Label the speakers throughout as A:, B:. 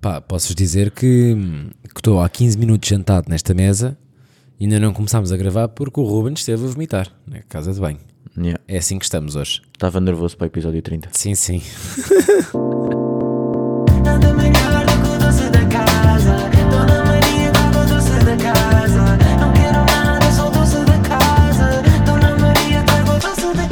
A: Pá, posso-vos dizer que que estou há 15 minutos sentado nesta mesa e ainda não começámos a gravar porque o Rubens esteve a vomitar na casa de banho.
B: Yeah.
A: É assim que estamos hoje.
B: Estava nervoso para o episódio 30.
A: Sim, sim.
C: Nada melhor do que o doce da casa. Dona Maria dá o doce da casa. Não quero nada, só o doce da casa. Dona Maria dá o doce da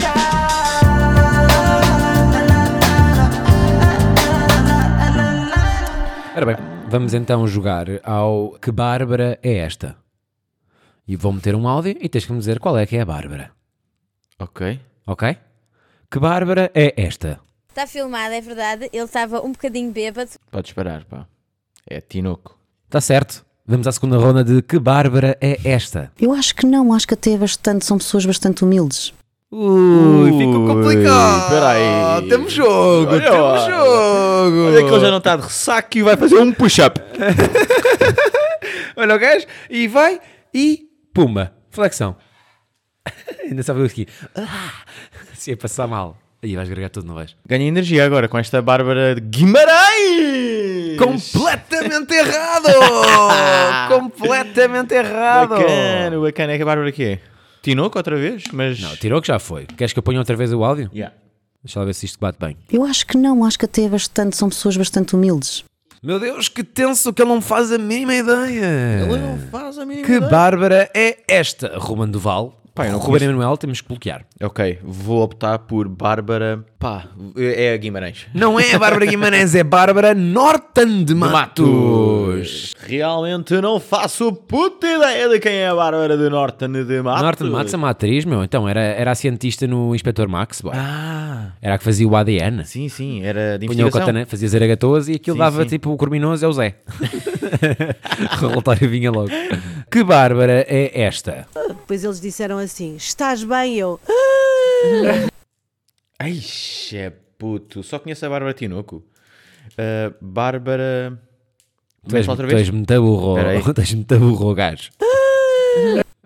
C: casa.
A: Ora bem, vamos então jogar ao que Bárbara é esta. E vou meter um áudio e tens que me dizer qual é que é a Bárbara.
B: Ok.
A: Ok? Que Bárbara é esta?
D: Está filmado, é verdade. Ele estava um bocadinho bêbado.
B: Podes parar, pá. É Tinoco.
A: Está Tá certo. Vamos à segunda ronda de que Bárbara é esta?
E: Eu acho que não, acho que até é bastante, são pessoas bastante humildes.
B: Ui,
F: Ficou complicado.
B: Espera aí.
F: Temos jogo,
B: Olha
F: temos
B: lá.
F: jogo.
B: Olha que ele já não está de ressaca e vai fazer um push-up.
A: Olha o gajo e vai e pumba, flexão. Ainda sabe o que aqui. Ah, se ia passar mal. Aí vais gregar tudo, não vais?
B: Ganha energia agora com esta Bárbara de Guimarães.
F: Completamente errado! Completamente errado!
B: Bacana, bacana. É que a Bárbara que é? Tinoco outra vez? Mas...
A: Não, tirou que já foi. Queres que eu ponha outra vez o áudio?
B: Yeah.
A: Deixa lá ver se isto bate bem.
E: Eu acho que não, acho que até é bastante, são pessoas bastante humildes.
F: Meu Deus, que tenso que ele não faz a mínima ideia!
B: Ele não faz a mínima
A: Que
B: ideia.
A: Bárbara é esta? Ruben Duval.
B: Pá, eu não
A: Ruben
B: conheço.
A: Emanuel, temos que bloquear.
B: Ok, vou optar por Bárbara... Pá, é a Guimarães.
F: Não é a Bárbara Guimarães, é a Bárbara Norton de Matos!
B: Realmente não faço puta ideia de quem é a Bárbara de Norton de Matos.
A: Norton Matos é uma atriz, meu. Então, era, era a cientista no Inspector Max. boy.
B: Ah,
A: Era a que fazia o ADN.
B: sim, sim, era de
A: Punha o
B: investigação.
A: cotonete, fazia zaragatoas e aquilo
B: Sim,
A: dava
B: sim.
A: tipo o criminoso é o Zé. o relatório vinha logo. Que Bárbara é esta?
G: Depois eles disseram assim: Estás bem? Eu.
B: Ai, é puto, só conheço a Bárbara Tinoco. Ah, Bárbara...
A: Tu és,
B: Começa outra
A: tu
B: vez?
A: és muito aburro,
B: Espera aí.
A: tu és muito aburro, gajo.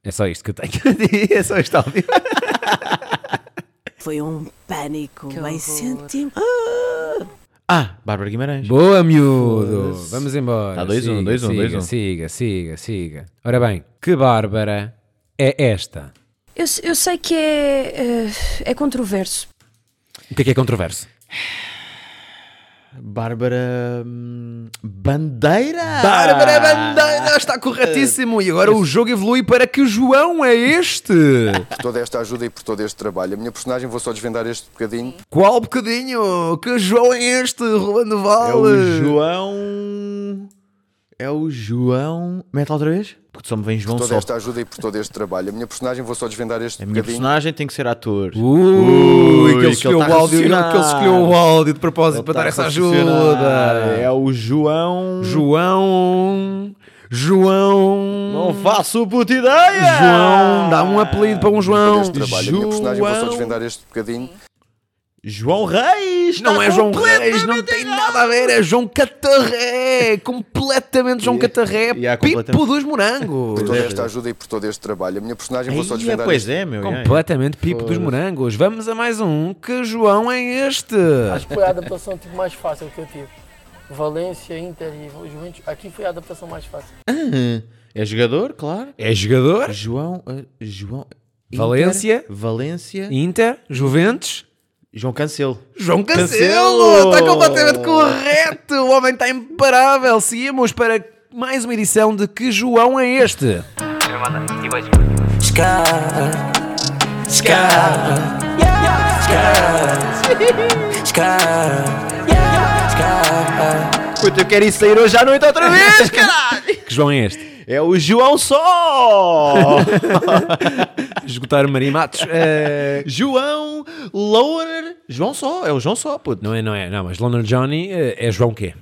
A: É só isto que eu tenho. é só isto áudio.
G: Foi um pânico. bem senti
B: Ah, Bárbara Guimarães.
A: Boa, miúdo. Vamos embora.
B: Tá, dois, um,
A: Siga,
B: dois, um,
A: siga,
B: dois, um.
A: Siga, siga, siga. Ora bem, que Bárbara é esta?
H: Eu, se- eu sei que é, eh, é controverso.
A: O que é que é controverso?
B: Bárbara... hum, Bandeira!
F: Tá.
A: Ah!
F: Bárbara Bandeira está corretíssimo. E agora o jogo evolui para que o João é este.
I: por toda esta ajuda e por todo este trabalho. A minha personagem, vou só desvendar este bocadinho.
F: Qual bocadinho? Que João é este, Ruben Duval?
B: É o João... É o João... Mete lá outra vez? Porque só me vem João
I: Por
B: Um só.
I: toda esta ajuda e por todo este trabalho. A minha personagem, vou só desvendar este
B: A minha
I: bocadinho.
B: personagem tem que ser ator.
F: Ui, que ele
B: ele
F: escolheu
B: tá
F: o áudio, ele-
B: racionado.
F: que ele escolheu o áudio de propósito para dar essa ajuda.
B: tá É o João.
F: João, João,
B: Não faço puta ideia!
F: João, dá um apelido para um
I: Por todo
F: João.
I: este trabalho. A minha personagem, vou só
B: João.
I: desvendar este bocadinho.
B: João Reis!
F: Não
B: tá
F: é João
B: completamente
F: Reis, não tem nada a ver, é João Catarré, completamente João
B: Yeah,
F: Catarré,
B: yeah,
F: Pipo
B: é completamente.
F: dos Morangos.
I: Por toda esta ajuda e por todo este trabalho. A minha personagem, vou só
B: Ai, é,
I: desvendar
B: pois
I: este
B: é, meu. é.
A: Completamente pipo dos morangos. Vamos a mais um. Que João é este?
J: Acho que foi a adaptação tipo, mais fácil que eu tive. Valência, Inter e Juventus. Aqui foi a adaptação mais fácil.
B: É jogador, claro.
A: É jogador?
B: João. eh, João. Inter,
A: Valência.
B: Valência.
A: Inter, Juventus.
B: João Cancelo.
F: João Cancelo!
B: Cancelo!
F: Está completamente correto! O homem está imparável! Seguimos para mais uma edição de Que João é Este?
B: Puta, eu quero ir sair hoje à noite outra vez, caralho!
A: Que João é este?
B: É o João Só!
A: Esgotar Maria Matos. Eh,
B: João Lower. João Só, é o João Só, puto.
A: não é, não é. Não, mas Loner Johnny eh, é João quê?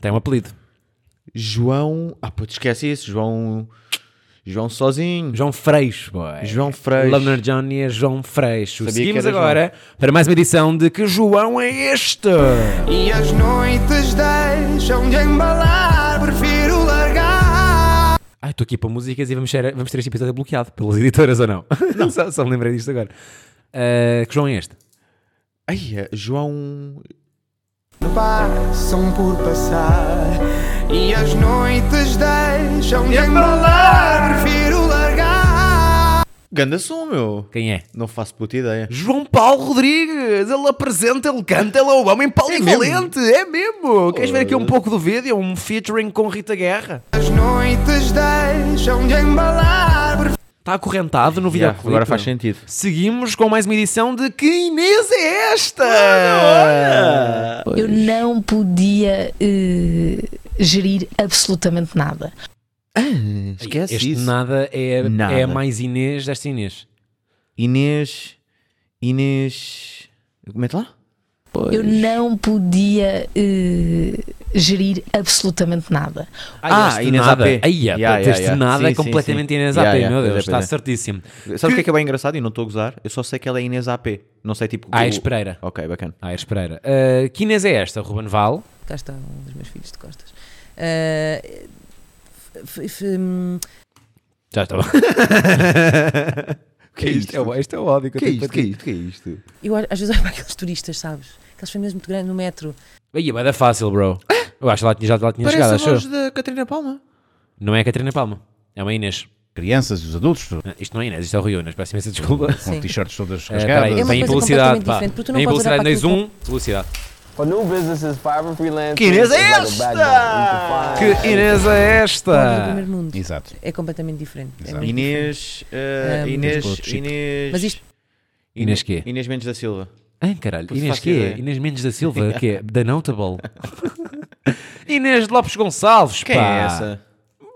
A: Tem um apelido.
B: João. Ah, puto, esquece isso. João. João sozinho.
A: João Freixo, boy.
B: João Freixo.
A: Loner Johnny é João Freixo.
B: Sabia
A: Seguimos
B: que era
A: agora para mais uma edição de Que João é este?
F: E as noites deixam de embalar, prefiro largar.
A: Ai, estou aqui para músicas e vamos ter, vamos ter este episódio bloqueado pelas editoras ou não? Não. só, só me lembrei disto agora. Eh, que João é este?
B: Ai, é João.
F: No
C: passam por passar e as noites deixam de embalar. Prefiro largar.
B: Ganda som, meu.
A: Quem é?
B: Não faço puta ideia.
F: João Paulo Rodrigues, ele apresenta, ele canta, ele é o homem polivalente, é mesmo. Queres ver aqui
B: Eh.
F: um pouco do vídeo? Um featuring com Rita Guerra.
C: As noites deixam de embalar.
B: Tá
F: Está acorrentado no
B: Yeah,
F: videoclipe.
B: agora faz sentido.
F: Seguimos com mais uma edição de Que Inês é esta?
H: Eu não podia eh, gerir absolutamente nada.
B: Hum, Esquece
A: este
B: isso.
A: nada é,
B: Nada.
A: é a mais Inês desta Inês.
B: Inês. Inês. Como é que é lá?
H: Eu não podia eh, gerir absolutamente nada.
B: Ah,
A: este
B: Inês
A: nada.
B: AP.
A: Aí,
B: Yeah,
A: pá,
B: yeah,
A: este
B: yeah.
A: nada
B: Sim,
A: é
B: sim,
A: completamente
B: sim.
A: Inês
B: Yeah,
A: AP,
B: yeah,
A: meu Deus,
B: pois é,
A: está
B: pois é.
A: certíssimo.
B: Sabe o que é que é bem engraçado? E não estou a gozar. Eu só sei que ela é Inês AP. Não sei tipo.
A: Aires
B: o-
A: Pereira.
B: Ok, bacana.
A: Aires Pereira. Ah, que Inês é esta? Ruben Val.
K: Cá está um dos meus filhos de costas. Ah, f- f- hum,
A: Já está bom.
B: que é isto?
A: Este é o ódio
B: Que é isto? Que é isto? Que é isto?
K: eu às vezes olho para aqueles turistas, sabes? Aqueles famílios muito grandes no metro.
A: Aí, vai dar fácil, bro.
B: É?
A: Eu acho que lá tinha- já lá tinha chegado, achou?
B: da Catarina Palma.
A: Não é a Catarina Palma, é uma Inês.
L: Crianças e os adultos
A: Ah, Isto não é Inês, isto é o Rui Unas, peço imensa desculpa.
L: com t-shirts todas
A: Eh, peraí,
L: rasgadas.
K: É uma
A: tem
K: coisa
A: publicidade,
K: completamente
A: pá.
K: diferente, porque tu não
A: Tem
K: podes olhar
A: publicidade,
K: para
A: dois,
K: aquilo
A: um, publicidade.
M: For new businesses, fiber freelancers.
F: Que Inês é
M: it's like a bad guy. You can find-
F: Que Inês é
K: Pobres do
F: esta?
K: primeiro mundo.
L: Exato.
K: É completamente diferente. É muito
B: Inês. eh,
K: Ah,
B: Inês.
A: É muito chique.
B: Inês.
K: Mas isto-
A: Inês quê?
B: Inês Mendes da Silva.
A: Ai, caralho,
B: Puto,
A: Inês
B: faço
A: quê?
B: ideia.
A: Inês Mendes da Silva, que é da Notable. Inês de Lopes Gonçalves,
B: Quem
A: pá.
B: é essa?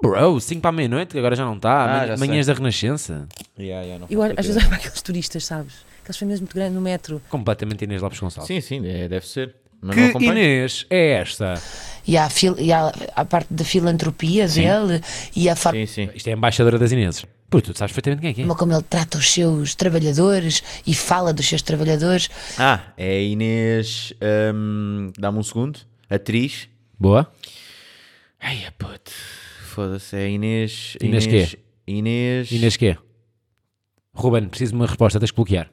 A: Bro, 5 para a meia-noite, que agora já não está.
B: Ah,
A: Manhã-
B: já sei.
A: Manhãs da Renascença.
B: Yeah, yeah, não
K: Eu
B: faço
K: olho- às
B: ideia.
K: vezes olho para aqueles turistas, sabes? Aqueles famílios muito grandes no metro.
A: Completamente Inês Lopes Gonçalves.
B: Sim, sim, é, deve ser. Mas não
A: Que
B: acompanho.
A: Inês é esta?
N: E há, a fil- e há a parte da filantropia dele e a forma
B: Sim, sim.
A: Isto é a embaixadora das Inês. Puto, tu sabes perfeitamente quem é que é.
N: como ele trata os seus trabalhadores e fala dos seus trabalhadores.
B: Ah, é a Inês. hum, Dá-me um segundo. Atriz.
A: Boa.
B: Ai, a puto. Foda-se, é a Inês.
A: Inês
B: Inês.
A: quê?
B: Inês.
A: Inês quê? Ruben, preciso de uma resposta, tens de bloquear.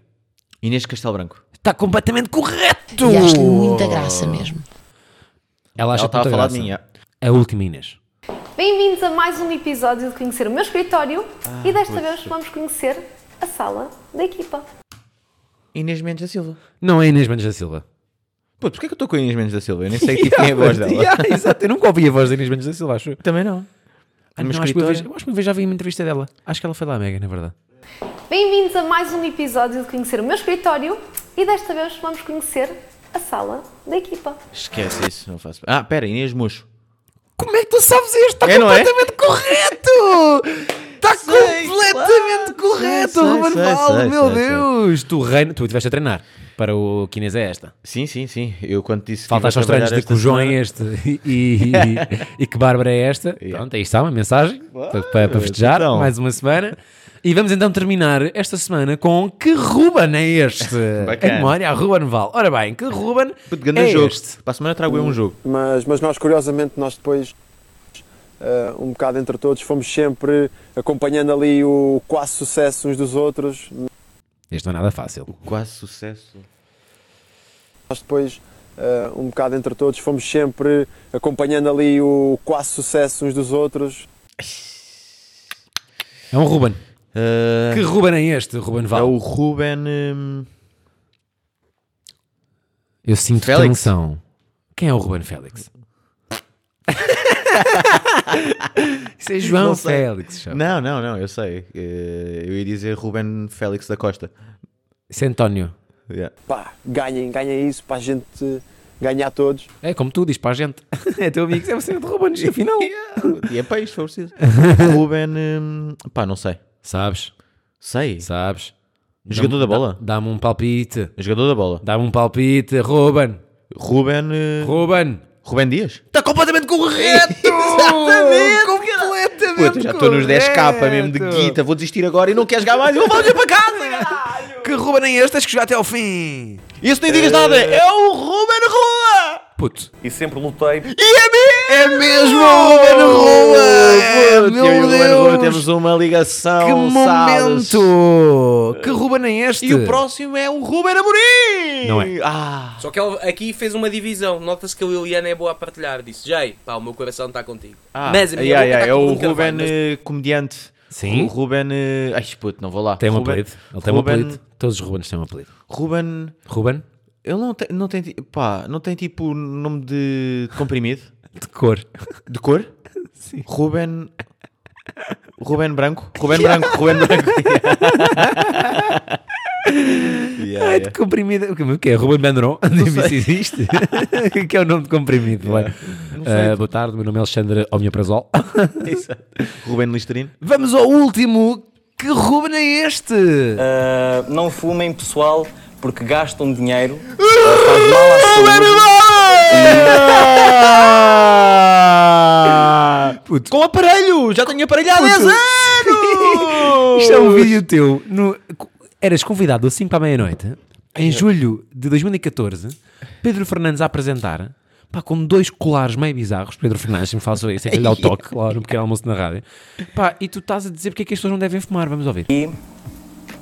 B: Inês Castelo Branco.
A: Está completamente
L: Oh.
A: correto!
N: E acho-lhe muita graça mesmo.
A: Ela acha
B: Ela estava a
A: muita
B: falar
A: graça.
B: de mim. é. yeah.
A: A última Inês.
O: Bem-vindos a mais um episódio de Conhecer o Meu Escritório
L: Ah,
O: e desta
B: pois.
O: vez vamos conhecer a sala da equipa.
B: Inês Mendes da Silva.
A: Não é Inês Mendes da Silva.
B: Puto, porquê que eu estou com a Inês Mendes da Silva? Eu nem sei tipo, quem é a voz dela.
A: Yeah, exato, eu nunca ouvi a voz da Inês Mendes da Silva, acho.
B: Também não.
A: Ah,
B: Numa
A: não, acho, que uma vez,
B: escritora.
A: eu acho que uma vez já vi uma entrevista dela. Acho que ela foi lá à Mega, na verdade.
O: Bem-vindos a mais um episódio de Conhecer o Meu Escritório e desta vez vamos conhecer a sala da equipa.
B: Esquece isso, não faço. Ah, pera, Inês Mocho.
F: Como é que tu sabes isto? Está
B: É, não é?
F: completamente correto! Está completamente correto,
B: Sei, sei,
F: Ruben
B: sei,
F: Val,
B: sei,
F: meu
B: sei, sei.
F: Deus!
A: Tu, reina, tu estiveste a treinar para o que Inês é esta.
B: Sim, sim, sim. Eu quando disse que
A: Faltaste
B: ia
A: aos treinos de
B: trabalhar
A: que o João é
B: esta
A: este e, e, e- e que Bárbara é esta. Pronto, aí está uma mensagem para, para- para festejar
B: então.
A: mais uma semana. E vamos então terminar esta semana com que Ruben é este?
B: Bacana.
A: a memória a Ruben Val. Ora bem, que Ruben
B: semana- Puto, grande
A: é
B: jogo.
A: este?
B: Para a semana trago eu um jogo.
P: Mas, mas nós, curiosamente, nós depois, eh, um bocado entre todos, fomos sempre acompanhando ali o quase sucesso uns dos outros.
A: Este não é nada fácil.
B: Quase sucesso.
P: Nós depois, eh, um bocado entre todos, fomos sempre acompanhando ali o quase sucesso uns dos outros.
A: É um Ruben.
B: Ah,
A: Que Ruben é este, Ruben Val?
B: É o Ruben. hum,
A: Eu sinto
B: Félix?
A: tensão. Quem é o Ruben Félix? Isso é João
B: Não sei.
A: Félix. chapa.
B: Não, não, não, eu sei. Eh, Eu ia dizer Ruben Félix da Costa.
A: Isso é António.
B: Yeah.
P: Pá, ganhem, ganhem isso para a gente ganhar todos.
A: É como tu dizes para a gente. é teu amigo, isso é você de Ruben, isto afinal.
B: E é para isto, foi preciso. Ruben. hum, Pá, não sei.
A: Sabes?
B: Sei.
A: Sabes?
B: Jogador da
A: Dá-me-
B: bola?
A: dá- Dá-me um palpite.
B: Jogador da bola.
A: Dá-me um palpite, Ruben.
B: Ruben. eh,
A: Ruben.
B: Ruben Dias?
F: Está completamente correto! Exatamente! É Completamente
B: Puta, já estou nos 10k mesmo de guita. Vou desistir agora e não quero jogar mais. Eu vou já para casa, caralho!
F: É Que Ruben é este? Acho que já até ao fim!
B: Isso nem digas nada. É o Ruben Rua!
A: Puto.
Q: e sempre lutei
F: É mesmo o Ruben Rua!
B: Puta, e o
F: Meu
B: Ruben Rua
F: Deus!
B: temos uma ligação.
F: Que
B: Salles.
F: momento! Que Ruben é este?
B: E o próximo
F: é o Ruben Amorim!
A: Não é.
F: Ah.
Q: Só que ela aqui fez uma divisão. Nota-se que a Liliana é boa a partilhar. Disse, Jay, pá, o meu coração está contigo.
B: Ah,
Q: mas a minha
B: ai,
Q: boca
B: ai,
Q: está
B: é
Q: com
B: o
Q: Ruben
B: Ruben
Q: Carvalho.
B: eh, comediante.
A: Sim.
B: O Ruben. eh, Ai, puto, não vou lá.
A: Tem um
B: Ruben-
A: apelido. Ele tem um
B: Ruben-
A: apelido. Todos os Rubens têm um apelido.
B: Ruben.
A: Ruben?
B: Ele não tem, não tem, ti- pá, não tem tipo nome de comprimido?
A: De cor.
B: De cor? Sim. Ruben. Ruben Branco? Ruben Branco, Ruben Branco. Yeah,
A: Ai,
B: yeah.
A: É de comprimido. O que- O que é? Ruben Bandron? Diz-me se existe. O que é o nome de comprimido? bem?
B: Não sei.
A: Ah, boa tarde, meu nome é Alexandre Omniaprazol.
B: Exato. Ruben Listerino.
F: Vamos ao último. Que Ruben é este?
R: Ah, não fumem, pessoal, porque gastam dinheiro. ah, faz mal à saúde.
B: Com aparelho! Já tenho aparelho há 10 anos!
A: Isto é um vídeo teu. No- Eras convidado ao 5 para a meia-noite, em julho de 2014, Pedro Fernandes a apresentar, pá, com dois colares meio bizarros. Pedro Fernandes, se me fala sobre isso, é que lhe dá o toque lá no pequeno almoço na rádio. Pá, e tu estás a dizer porque é que as pessoas não devem fumar, vamos ouvir.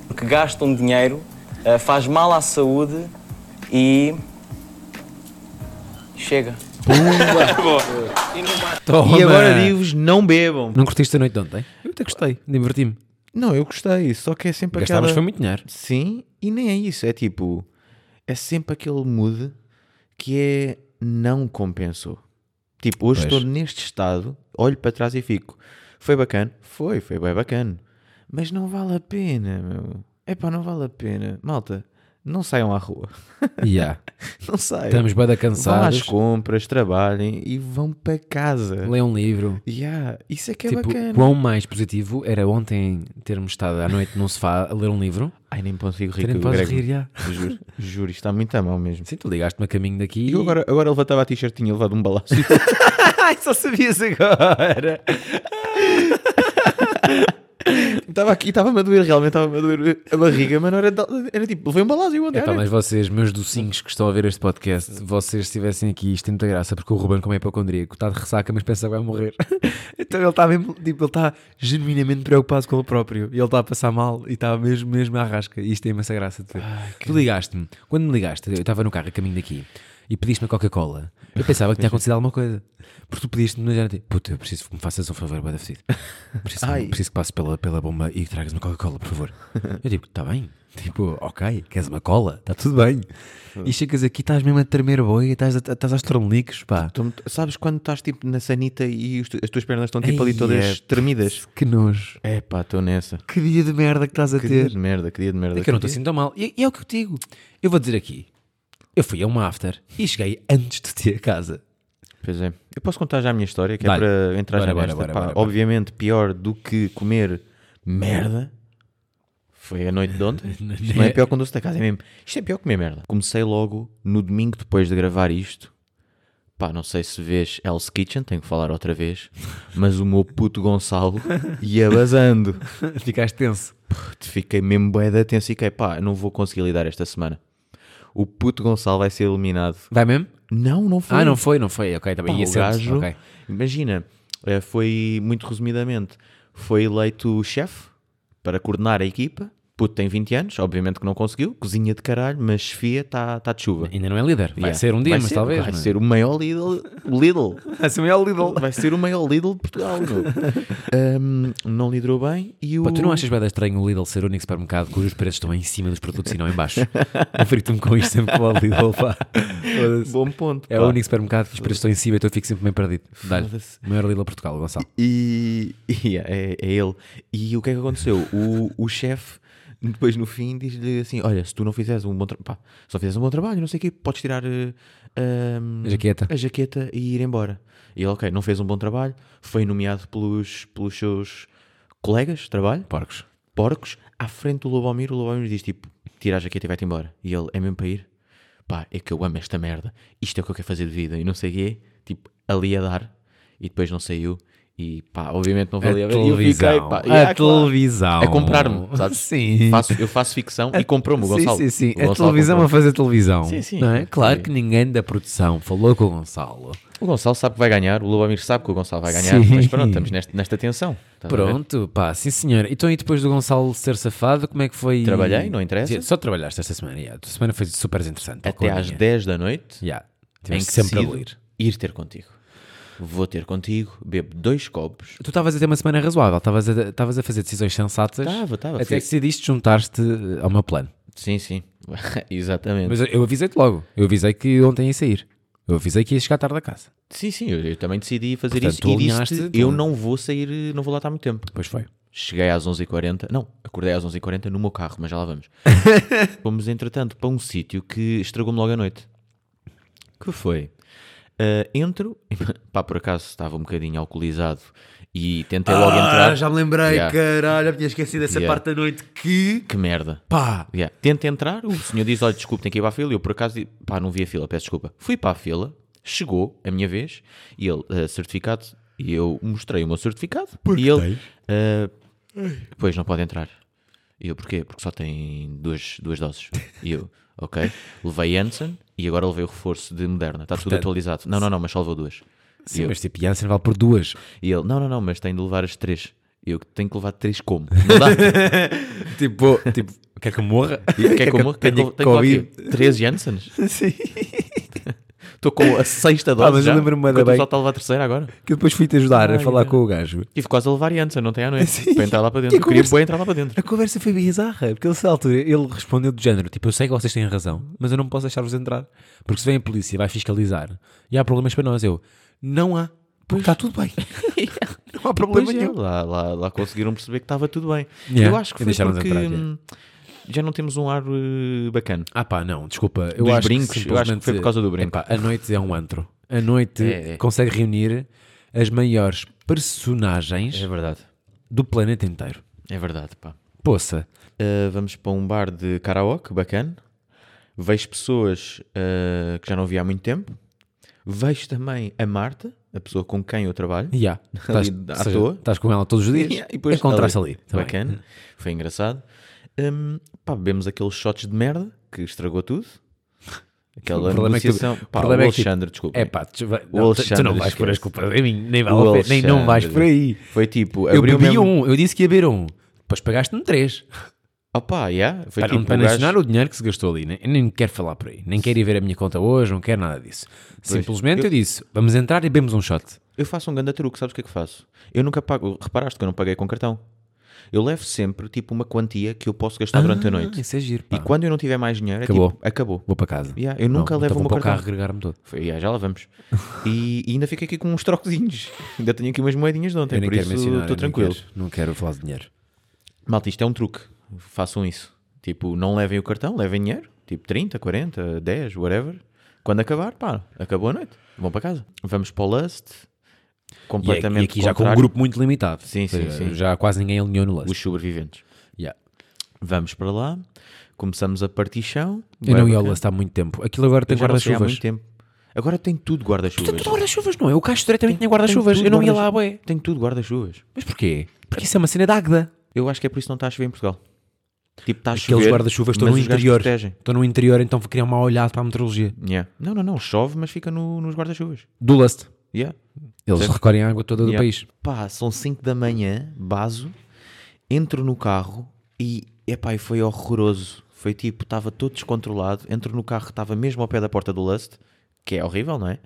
R: Porque gastam um dinheiro, ah, faz mal à saúde e. Chega.
B: E agora digo-vos, não bebam.
A: Não curtiste a noite de ontem? Eu até gostei, diverti-me.
B: Não, eu gostei, só que é sempre
A: Gastámos
B: aquela...
A: foi muito dinheiro.
B: Sim, e nem é isso, é tipo... É sempre aquele mood que é não compensou. Tipo, hoje
A: Pois.
B: estou neste estado, olho para trás e fico... Foi bacana? Foi, foi bem bacana. Mas não vale a pena, meu. Epá, não vale a pena. Malta, não saiam à rua.
A: Yeah.
B: não saiam.
A: Estamos bué da
B: Vão
A: cansados.
B: às compras, trabalhem e vão para casa.
A: Lê um livro.
B: Yeah, isso é que é
A: tipo,
B: bacana.
A: quão mais positivo era ontem termos estado à noite num sofá a ler um livro?
B: Ai, nem consigo rir.
A: Nem
B: com o
A: podes
B: Greg.
A: rir, já.
B: Juro, juro, isto está muito a mal mesmo.
A: Ah, Sim, tu ligaste-me a caminho daqui.
B: Eu agora, agora levantava a t-shirt, tinha levado um balaço.
F: Ai, só sabias agora.
B: Estava aqui, estava-me a doer, realmente estava-me a doer a barriga, mas não era, de- era tipo, levei um balaço e o
A: Epá,
B: André.
A: mas vocês, meus docinhos que estão a ver este podcast, vocês estivessem aqui, isto tem muita graça, porque o Ruben, como é hipocondríaco, está de ressaca, mas pensa que vai morrer. então ele está mesmo, tipo, ele está genuinamente preocupado com ele próprio. E ele está a passar mal e está mesmo, mesmo à rasca. E isto tem imensa graça de ver. Tu ligaste-me, quando me ligaste, eu estava no carro a caminho daqui e pediste-me a Coca-Cola. Eu pensava que tinha acontecido alguma coisa. Porque tu pediste-me na janela, tipo, puta, eu preciso que me faças um favor, bada fedido. Preciso,
B: Ai.
A: preciso que passes pela, pela bomba e tragas uma Coca-Cola, por favor. Eu digo, está bem. Tipo, ok, queres uma cola? Está tudo bem. E chegas aqui, estás mesmo a tremer a boia, estás, a, estás aos tromlicos, pá.
B: Sabes quando estás tipo na sanita e os tu- as tuas pernas estão tipo
A: Ei,
B: ali todas
A: é,
B: tremidas?
A: Que nojo.
B: É pá, estou nessa.
A: Que dia de merda que estás a
B: Que
A: ter.
B: dia de merda, que dia de merda.
A: É que eu não
B: que
A: estou assim
B: dia-
A: tão mal. E, e é o que eu te digo. Eu vou dizer aqui. Eu fui a uma after e cheguei antes de ti a casa.
B: Pois é. Eu posso contar já a minha história, que
A: Dá-lhe.
B: é para entrar
A: Bora,
B: já
A: bora,
B: nesta.
A: bora,
B: Pá,
A: bora, bora.
B: Obviamente, pior do que comer merda foi a noite de ontem. Isto não é pior que o doce da casa, é mesmo. Isto é pior que comer merda. Comecei logo no domingo depois de gravar isto. Pá, não sei se vês Hell's Kitchen, tenho que falar outra vez, mas o meu puto Gonçalo ia basando.
A: Ficaste tenso.
B: Puto, fiquei mesmo bué da tenso e fiquei, pá, não vou conseguir lidar esta semana. O puto Gonçalo vai ser eliminado.
A: Vai mesmo?
B: Não, não foi.
A: Ah, não foi, não foi. Ok, também
B: Pá,
A: ia
B: o
A: ser.
B: gajo,
A: ok.
B: imagina, eh, foi, muito resumidamente, foi eleito chefe para coordenar a equipa. Puto tem 20 anos, obviamente que não conseguiu, cozinha de caralho, mas chefia está tá de chuva.
A: Ainda não é líder, vai ser um dia,
B: Vai
A: mas
B: ser,
A: talvez,
B: Vai
A: não é?
B: ser o maior Lidl. Lidl.
A: Vai ser o maior Lidl.
B: Vai ser o maior Lidl de Portugal. meu. Ahm, não liderou bem e o.
A: Pá, tu não achas bem estranho o Lidl ser o único supermercado cujos preços estão em cima dos produtos e não em baixo? Eu frito-me com isto sempre com o Lidl, pá. Foda-se.
B: Bom ponto,
A: É
B: pá.
A: o único supermercado que os preços estão em cima, então eu fico sempre meio perdido. Dá-lhe.
B: Foda-se.
A: Maior Lidl Portugal, Gonçalo.
B: E, e é, é ele. E o que é que aconteceu? O, o chefe, depois no fim, diz-lhe assim: Olha, se tu não fizeres um bom trabalho, se não fizeres um bom trabalho, não sei o quê, podes tirar eh, ahm,
A: A jaqueta.
B: a jaqueta e ir embora. E ele, ok, não fez um bom trabalho, foi nomeado pelos, pelos seus colegas de trabalho,
A: porcos,
B: porcos, à frente do Lobomir. O Lobomir diz: Tipo, tira a jaqueta e vai-te embora. E ele, é mesmo para ir? Pá, é que eu amo esta merda, isto é o que eu quero fazer de vida, e não sei o quê, tipo, ali a dar, e depois não saiu. E pá, obviamente não
A: A
B: valia a pena. E eu
A: televisão.
B: fiquei, pá,
A: A
B: e, ah, claro,
A: televisão.
B: A comprar-me, sabes?
A: Sim.
B: Faço- eu faço ficção e compro-me o
A: Sim,
B: Gonçalo.
A: Sim, sim,
B: O
A: A
B: Gonçalo
A: televisão é a
B: comprou-me.
A: fazer televisão.
B: Sim, sim.
A: Não é? Claro
B: Sim.
A: que ninguém da produção falou com o Gonçalo.
B: O Gonçalo sabe que vai ganhar, o Lubamir sabe que o Gonçalo vai ganhar,
A: Sim.
B: mas pronto, estamos neste- nesta tensão. estás a ver?
A: Pronto, pá, sim senhor. Então e depois do Gonçalo ser safado, como é que foi?
B: Trabalhei, não interessa.
A: Sim, Só trabalhaste esta semana, yeah. A tua semana foi super interessante.
B: Até às 10 da noite,
A: Yeah.
B: em
A: Tiveste
B: que
A: sempre a
B: decido
A: ler.
B: ir ter contigo. Vou ter contigo, bebo dois copos.
A: Tu estavas a ter uma semana razoável, estavas a, estavas a fazer decisões sensatas.
B: Estava, estava.
A: Até
B: Fui-
A: que decidiste juntar-te eh, ao meu plano.
B: Sim, sim, exatamente.
A: Mas eu- eu avisei-te logo. Eu avisei que ontem ia sair. Eu avisei que ia chegar tarde a casa.
B: Sim, sim, eu, eu também decidi fazer
A: Portanto,
B: isso
A: tu
B: e
A: alinhaste,
B: disse
A: tu- é?
B: eu não vou sair, não vou lá estar muito tempo.
A: Pois foi.
B: Cheguei às 11h40, não, acordei às 11h40 no meu carro, mas já lá vamos. Fomos, entretanto, para um sítio que estragou-me logo à noite. Que foi? Ah, entro, pá, por acaso estava um bocadinho alcoolizado e tentei logo
A: Ah,
B: entrar.
A: já me lembrei,
B: Yeah.
A: caralho, eu tinha esquecido essa
B: Yeah.
A: parte da noite que...
B: Que merda.
A: Pá.
B: Yeah. Tento entrar, o senhor diz: olha, desculpe, tem que ir para a fila. Eu, por acaso, di- pá, não vi a fila, peço desculpa. Fui para a fila, chegou a minha vez, e ele, "Ah, certificado, e eu mostrei o meu certificado.
A: Porque
B: e ele,
A: tens?
B: "Ah,
A: Ai.
B: pois, não pode entrar. E eu, porquê? Porque só tem duas, duas doses. E eu, ok. Levei Janssen e agora levei o reforço de Moderna. Está tudo
A: Portanto,
B: atualizado. Não, não, não, mas só levou duas. E
A: Sim,
B: eu,
A: mas tipo, Janssen vale por duas.
B: e ele, não, não, não, mas tem de levar as três. Eu que tenho que levar três como? Não dá.
A: tipo, tipo, quer que eu morra?
B: Quer que eu morra? Quer que eu-
A: Tenho
B: tenho que levar
A: Covid?
B: quê? Três Jansens?
A: Sim.
B: Estou com a sexta dose
A: Ah, mas
B: já.
A: eu lembro-me bué da
B: Enquanto
A: bem
B: só está a levar a terceira agora.
A: Que eu depois fui-te ajudar a
B: Ai,
A: falar
B: meu.
A: com o gajo.
B: Tive quase a levar Janssen, não tem à noite.
A: Sim.
B: Para entrar lá para
A: E
B: dentro.
A: a
B: Eu queria
A: conversa-
B: bué entrar lá para dentro.
A: A conversa foi bizarra, porque ele, nessa altura, ele respondeu do género, tipo, eu sei que vocês têm razão, mas eu não posso deixar-vos entrar, porque se vem a polícia e vai fiscalizar, e há problemas para nós, eu, não há, porque está tudo bem. não há problema
B: Pois é,
A: nenhum.
B: lá, lá, lá conseguiram perceber que estava tudo bem.
A: Yeah,
B: Eu acho que
A: e
B: foi
A: deixaram-nos
B: porque
A: entrar, yeah.
B: hum, já não temos um ar eh, bacana.
A: Ah pá, não, desculpa. Eu
B: Dos
A: acho
B: brincos,
A: que
B: eu acho que foi por causa do brinco.
A: simplesmente- Epá, a noite é um antro. A noite
B: É, é.
A: consegue reunir as maiores personagens
B: É verdade.
A: do planeta inteiro.
B: É verdade, pá.
A: Poça.
B: Uh, vamos para um bar de karaoke, bacana. Vejo pessoas uh, que já não vi há muito tempo. Vejo também a Marta, a pessoa com quem eu trabalho.
A: Ya. Estás-
B: Ali
A: ou
B: à
A: seja,
B: toa.
A: estás com ela todos os dias.
B: Ya,
A: Encontraste ali, também.
B: Bacana. Foi engraçado. Um, pá, bebemos aqueles shots de merda que estragou tudo. Aquela negociação.
A: o
B: Pá, o
A: problema é que, tipo,
B: Alexandre, desculpa.
A: É pá, tu, vai-
B: O
A: não, tu- tu não
B: Alexandre,
A: vais por as
B: esquece.
A: culpas em mim, nem, vale
B: O
A: a pena, nem não vais por aí.
B: Alexandre. Foi tipo,
A: eu
B: abriu
A: bebi
B: mesmo-
A: um, eu disse que ia beber um, depois pagaste-me três.
B: Opa, yeah, foi
A: para não
B: tipo, o gajo-
A: penalizar o dinheiro que se gastou ali, né? eu nem quero falar por aí, nem quero ir ver a minha conta hoje, não quero nada disso. Simplesmente eu,
B: eu-
A: disse: vamos entrar e bebemos um shot.
B: Eu faço um ganda truque, sabes o que é que faço? Eu nunca pago, reparaste que eu não paguei com cartão. Eu levo sempre tipo uma quantia que eu posso gastar durante a
A: Ah,
B: noite.
A: isso é giro, pá.
B: E quando eu não tiver mais dinheiro, é
A: Acabou.
B: tipo, acabou.
A: Vou para casa.
B: Yeah, eu
A: Não,
B: nunca levo
A: então
B: o
A: vou
B: meu
A: para o
B: cartão.
A: carro agregar-me todo.
B: Foi, yeah, já lá vamos. E, e ainda fico aqui com uns trocozinhos. ainda tenho aqui umas moedinhas de ontem,
A: eu nem
B: por
A: quero
B: isso
A: mencionar, eu
B: estou
A: nem
B: tranquilo.
A: quero- Não quero falar de dinheiro.
B: Malta, isto é um truque. Façam isso. Tipo, não levem o cartão, levem dinheiro. Tipo, 30, 40, 10, whatever. Quando acabar, pá, acabou a noite. Vão para casa. Vamos para o Lust. Completamente
A: e aqui já com um
B: contrário.
A: grupo muito limitado.
B: Sim,
A: Ou
B: sim,
A: seja,
B: sim.
A: Já quase ninguém alinhou no
B: Os
A: lance.
B: sobreviventes.
A: Yeah.
B: Vamos para lá. Começamos a partição.
A: Eu não
B: Vai
A: ia ao
B: bacana.
A: lance há muito tempo. Aquilo agora tem
B: Eu já não sei há
A: guarda-chuvas.
B: muito tempo. Agora tem tudo guarda-chuvas.
A: Tudo guarda-chuvas, não é? O Castro diretamente tinha guarda-chuvas.
B: tudo
A: Eu não ia
B: guarda-chu-
A: lá, bué.
B: Tem tudo guarda-chuvas.
A: Mas porquê? Porque isso é uma cena da Agda.
B: Eu acho que é por isso que não está a chover em Portugal. Tipo, está a chover.
A: Aqueles guarda-chuvas estão
B: mas
A: no
B: os gajos
A: interior.
B: protegem.
A: Estão no interior, então vou criar um mau olhado para a meteorologia.
B: Yeah. Não, não, não. Chove, mas fica no- nos guarda-chuvas.
A: Do Lust.
B: Yeah.
A: Eles
B: Sim.
A: recolhem a água toda do
B: Yeah.
A: país.
B: Pá, são 5 da manhã, baso, entro no carro e, epá, e foi horroroso. Foi tipo, estava todo descontrolado. Entro no carro, estava mesmo ao pé da porta do Lust, que é horrível, não é?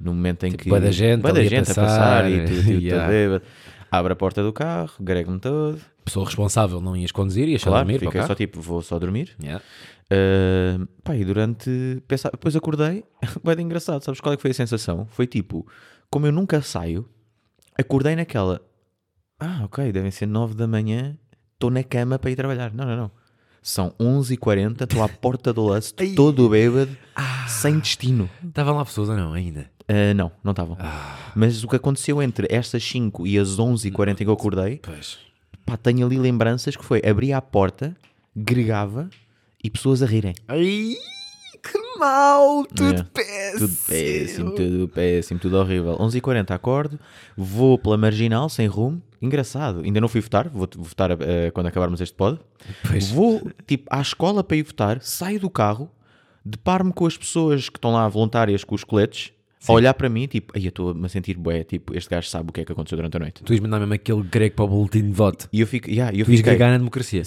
B: No momento em que.
A: Tipo, bué da gente
B: bué da
A: ali a
B: gente a
A: passar, eh,
B: passar e tu, tu, tu,
A: yeah.
B: bêbado. Abro a porta do carro, grego-me todo.
A: Pessoa responsável, não ias conduzir, ias só
B: Claro,
A: dormir. para o
B: fiquei só
A: carro.
B: tipo, vou só dormir.
A: Yeah.
B: Ah, pá, e durante. pensava- depois acordei, vai de engraçado, sabes qual é que foi a sensação? Foi tipo, como eu nunca saio, acordei naquela. Ah, ok, devem ser 9 da manhã, estou na cama para ir trabalhar. Não, não, não. São 11h40, estou à porta do lance, todo bêbado, sem destino.
A: Estavam lá pessoas ou não, ainda?
B: Ah, não, não estavam. Mas o que aconteceu entre estas 5 e as 11h40 que eu acordei, pá, tenho ali lembranças que foi abrir a porta, gregava e pessoas a rirem.
A: Ai, que
F: mau, tudo
B: Yeah.
F: péssimo.
B: Tudo péssimo, tudo péssimo, tudo horrível. 11h40 acordo, vou pela marginal, sem rumo. Engraçado, ainda não fui votar, vou vou votar eh, quando acabarmos este pod. Vou tipo, à escola para ir votar, saio do carro, deparo-me com as pessoas que estão lá voluntárias com os coletes, a olhar para mim, tipo, aí eu estou-me a sentir bué, tipo, este gajo sabe o que é que aconteceu durante a noite.
A: Tu ias mandar mesmo aquele grego para o boletim de voto.
B: E eu fico, yeah, eu
A: tu ias
B: fiquei-
A: gregar na democracia.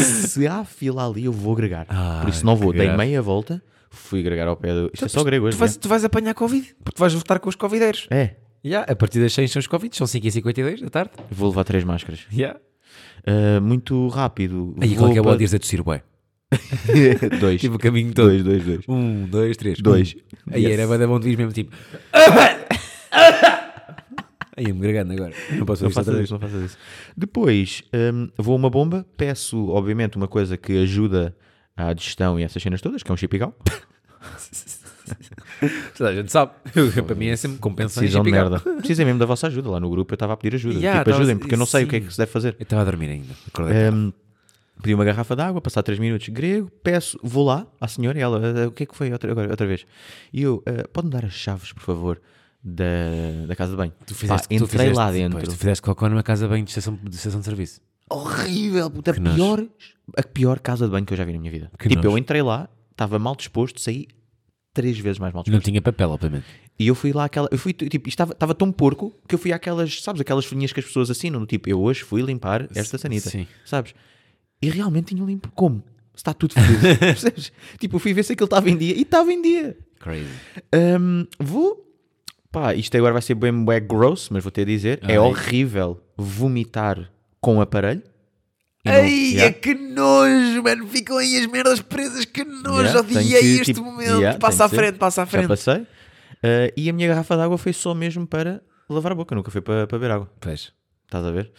B: Se há fila ali, eu vou agregar. Por isso não
F: que
B: vou, dei
F: grave.
B: meia volta, fui agregar ao pé do. Isto é só grego
F: tu
B: hoje.
F: vais,
B: né?
F: tu vais apanhar Covid, porque tu vais votar com os Covideiros.
B: É.
A: Yeah, a partir das 6 são os Covid, são 5h52 da tarde.
B: Vou levar três máscaras.
A: Yeah.
B: Uh, muito rápido.
A: Aí
B: Vou
A: qual que é o
B: para-
A: ódio a tossir, bué?
B: dois.
A: Tipo o caminho todo.
B: Dois, dois, dois.
A: Um, dois, três.
B: Dois.
A: Um. Aí
B: Yes.
A: era bué da bom de vir mesmo tipo. Aí eu me gregando agora. Não posso
B: não
A: fazer
B: faças isso, não faças isso. Depois hum, vou a uma bomba, peço, obviamente, uma coisa que ajuda à digestão e essas cenas todas, que é um chipigal.
A: Toda a gente sabe. Eu- para mim é sempre compensação.
B: Precisam de merda. Precisem mesmo da vossa ajuda. Lá no grupo eu estava a pedir ajuda.
A: Yeah,
B: tipo,
A: tava-
B: ajudem, porque eu não sei o que é
A: sim.
B: que se deve fazer.
A: Eu estava a dormir ainda. acordei
B: Hum, pedi uma garrafa de água, passar 3 minutos grego, peço, vou lá à senhora e ela, "Ah, o que é que foi outra, agora, outra vez? E eu, "Ah, pode-me dar as chaves, por favor, da, da casa de banho.
A: Tu fizeste,
B: Pá,
A: tu
B: entrei
A: fizeste-
B: lá
A: pois,
B: dentro.
A: tu fizeste cocô numa casa bem de estação de, estação de serviço.
B: horrível, puta,
A: Que nojo.
B: pior, a pior casa de banho que eu já vi na minha vida.
A: Que
B: tipo, eu
A: nojo.
B: entrei lá, estava mal disposto, saí três vezes mais mal disposto.
A: Não tinha papel, obviamente.
B: E eu fui lá aquela, eu fui tipo, isto estava estava tão porco que eu fui àquelas, sabes, aquelas folhinhas que as pessoas assinam, do tipo, eu hoje fui limpar esta sanita,
A: sim.
B: sabes? E realmente tinha limpo como? Se Está tudo fodido, percebes? Tipo, eu fui ver se aquilo estava em dia e estava em dia.
A: Crazy.
B: Hum, vou. Pá, isto agora vai ser bem, bem gross, mas vou ter de dizer:
A: Ai.
B: é horrível vomitar com o aparelho. E não-
F: Ai, é
B: Yeah.
F: que nojo, mano. Ficam aí as merdas presas, que nojo.
B: Yeah, tenho
F: Odiei
B: que,
F: este
B: tipo,
F: momento.
B: yeah,
F: passa
B: tem
F: à
B: que ser.
F: frente, passa à frente.
B: Já passei. Uh, e a minha garrafa de água foi só mesmo para lavar a boca, nunca foi para, para beber água.
A: Pois.
B: Estás a ver?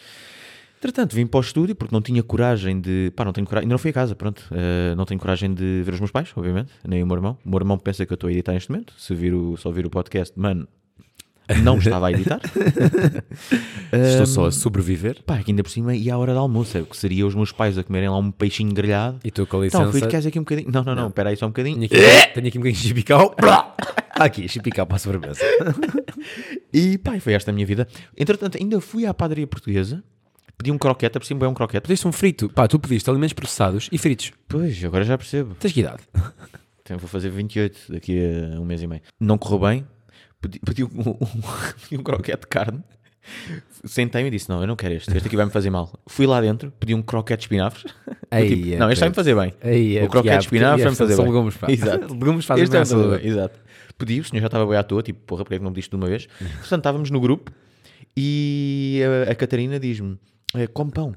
B: Entretanto, vim para o estúdio porque não tinha coragem de. Pá, não tenho coragem. Ainda não fui a casa, pronto. Uh, não tenho coragem de ver os meus pais, obviamente, nem o meu irmão. O meu irmão pensa que eu estou a editar neste momento. Se vir o, só vir o podcast, mano, não estava a editar.
A: Estou só a
B: sobreviver. Pá, que ainda por cima, e à hora do almoço, é o que seria os meus pais a comerem lá um peixinho grelhado. E tu com Então, filho,
A: licença.
B: queres aqui um bocadinho? Não, não, não, espera aí só um bocadinho.
A: Tenho aqui, tenho aqui um bocadinho de chipical. Blá! aqui, chipical para a sobremesa.
B: E pá, e foi esta a minha vida. Entretanto, ainda fui à padaria portuguesa, pedi um croquete, por cima é um croquete.
A: Pediste um frito. Pá, tu pediste alimentos processados e fritos.
B: Pois, agora já percebo.
A: Tens que idade.
B: Então, vou fazer 28 daqui a um mês e meio. Não correu bem, pedi, pedi um, um- pedi um croquete de carne. Sentei-me e disse: Não, eu não quero este, este aqui vai-me fazer mal. Fui lá dentro, pedi um croquete de espinafres.
A: Aí
B: Tipo,
A: é
B: não, este vai-me
A: coisa.
B: fazer bem.
A: Aí é
B: o croquete
A: piada,
B: de
A: porque
B: espinafres vai-me fazer
A: são
B: bem.
A: legumes, pá.
B: Exato.
A: Legumes fazem né?
B: Este vai-me
A: bem à
B: fazer
A: saúde.
B: bem, Exato. Pedi, o senhor já estava bem à toa, tipo, porra, porque é que não me diste de uma vez?
A: Uhum.
B: Portanto, estávamos no grupo e a, a Catarina diz-me: "Eh, Come pão.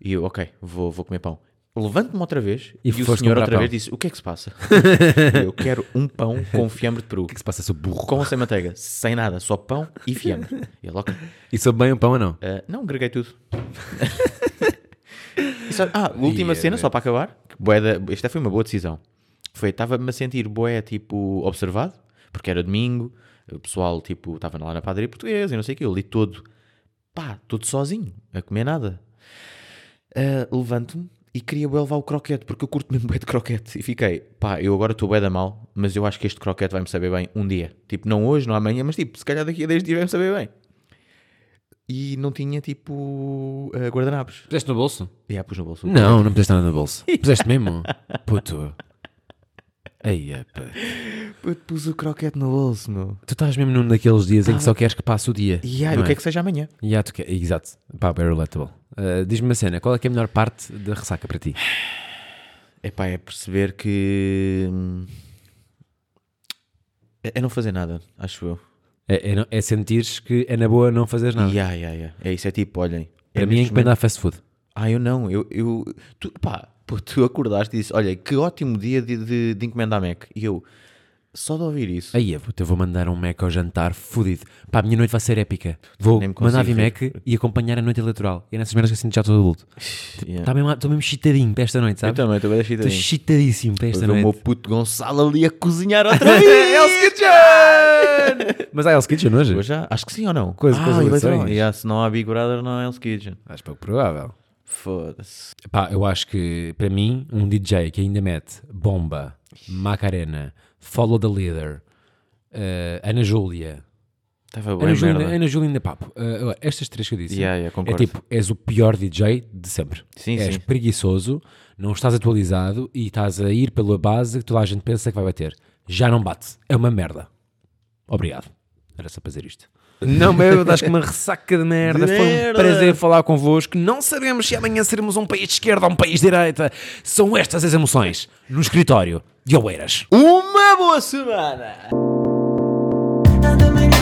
B: E eu, ok, vou, vou comer pão. Levanto-me outra vez
A: E
B: e, o
A: foste
B: senhor
A: comprar
B: outra
A: pão.
B: vez disse: O que é que se passa? E eu quero um pão com fiambre de peru. O que é que
A: se passa, seu burro?
B: Com ou sem manteiga? Sem nada, só pão e fiambre. E ele, ok.
A: E soube bem o pão ou não?
B: Ah, não, greguei tudo. E só- ah, a última
A: Ia,
B: cena,
A: bem.
B: só para acabar. que Boé da, esta foi uma boa decisão. Foi, estava-me a sentir boé, tipo, observado, porque era domingo, o pessoal, tipo, estava lá na padaria portuguesa e não sei o que. Eu li todo, pá, todo sozinho, a comer nada. Ah, Levanto-me e queria bué levar o croquete, porque eu curto mesmo bué de croquete. E fiquei, pá, eu agora estou bué da mal, mas eu acho que este croquete vai-me saber bem um dia. Tipo, não hoje, não amanhã, mas tipo, se calhar daqui a 10 dias vai-me saber bem. E não tinha, tipo, ah, guardanapos.
A: Puseste no bolso?
B: Já, pus no bolso.
A: Não, não puseste nada no bolso. Puseste mesmo? Puto. Aí é, pá.
B: Puto, pus o croquete no bolso, meu.
A: Tu estás mesmo num daqueles dias em
B: Ah.
A: que só queres que passe o dia.
B: Ya, eu
A: não
B: quero ah, que seja amanhã.
A: Ya, tu quer- Exato. Pá, very relatable. Ah, Diz-me uma cena, qual é que é a melhor parte da ressaca para ti?
B: Epá, é perceber que. hum, É, é não fazer nada, acho eu.
A: É, é, não- é sentires que é na boa não fazeres nada.
B: Ya, ya, ya. É isso, é tipo, olhem.
A: Para
B: é
A: mim é
B: neste
A: encomendar
B: momento-
A: fast food.
B: Ah, eu não. Eu. eu tu, pá, pô, tu acordaste e disse: olha, que ótimo dia de, de, de encomendar Mac. E eu, só de ouvir isso.
A: Aí eu vou- eu vou mandar um Mac ao jantar fudido. Pá, a minha noite vai ser épica. Vou
B: nem me consigo
A: mandar vir
B: rir.
A: Mac e acompanhar a noite eleitoral. E é nessas merdas que eu sinto já todo adulto. Estou
B: Yeah.
A: mesmo, estou mesmo chitadinho para esta noite,
B: Eu
A: sabe?
B: também, estou bem
A: Estou chitadíssimo para esta
B: Então, Vou ver um
A: noite.
B: O meu puto Gonçalo ali a cozinhar outra vez.
A: é Mas há Hell's Kitchen hoje?
B: Hoje há- acho que sim ou não.
A: Coisa,
B: ah,
A: coisa
B: e
A: eleições.
B: é vai ter- e há- se não há Big Brother, não há Hell's Kitchen.
A: Acho pouco provável.
B: Foda-se.
A: Pá, eu acho que, para mim, um DJ que ainda mete Bomba, Macarena, Follow the Leader, eh, Ana Júlia.
B: Tava
A: Ana
B: bué
A: Júlia,
B: merda.
A: Ana Júlia ainda papo. Eh, agora, estas três que eu disse.
B: Yeah, yeah,
A: é
B: concordo.
A: tipo, és o pior DJ de sempre.
B: Sim,
A: és
B: sim.
A: preguiçoso, não estás atualizado e estás a ir pela base que toda a gente pensa que vai bater. Já não bate. É uma merda. Obrigado. Era só para dizer isto.
F: Não, meu, acho que uma ressaca de merda.
A: De
F: Foi um
A: merda.
F: prazer falar convosco. Não sabemos se amanhã seremos um país de esquerda ou um país de direita. São estas as emoções no escritório de Oeiras.
B: Uma boa semana!
C: Tanta manhã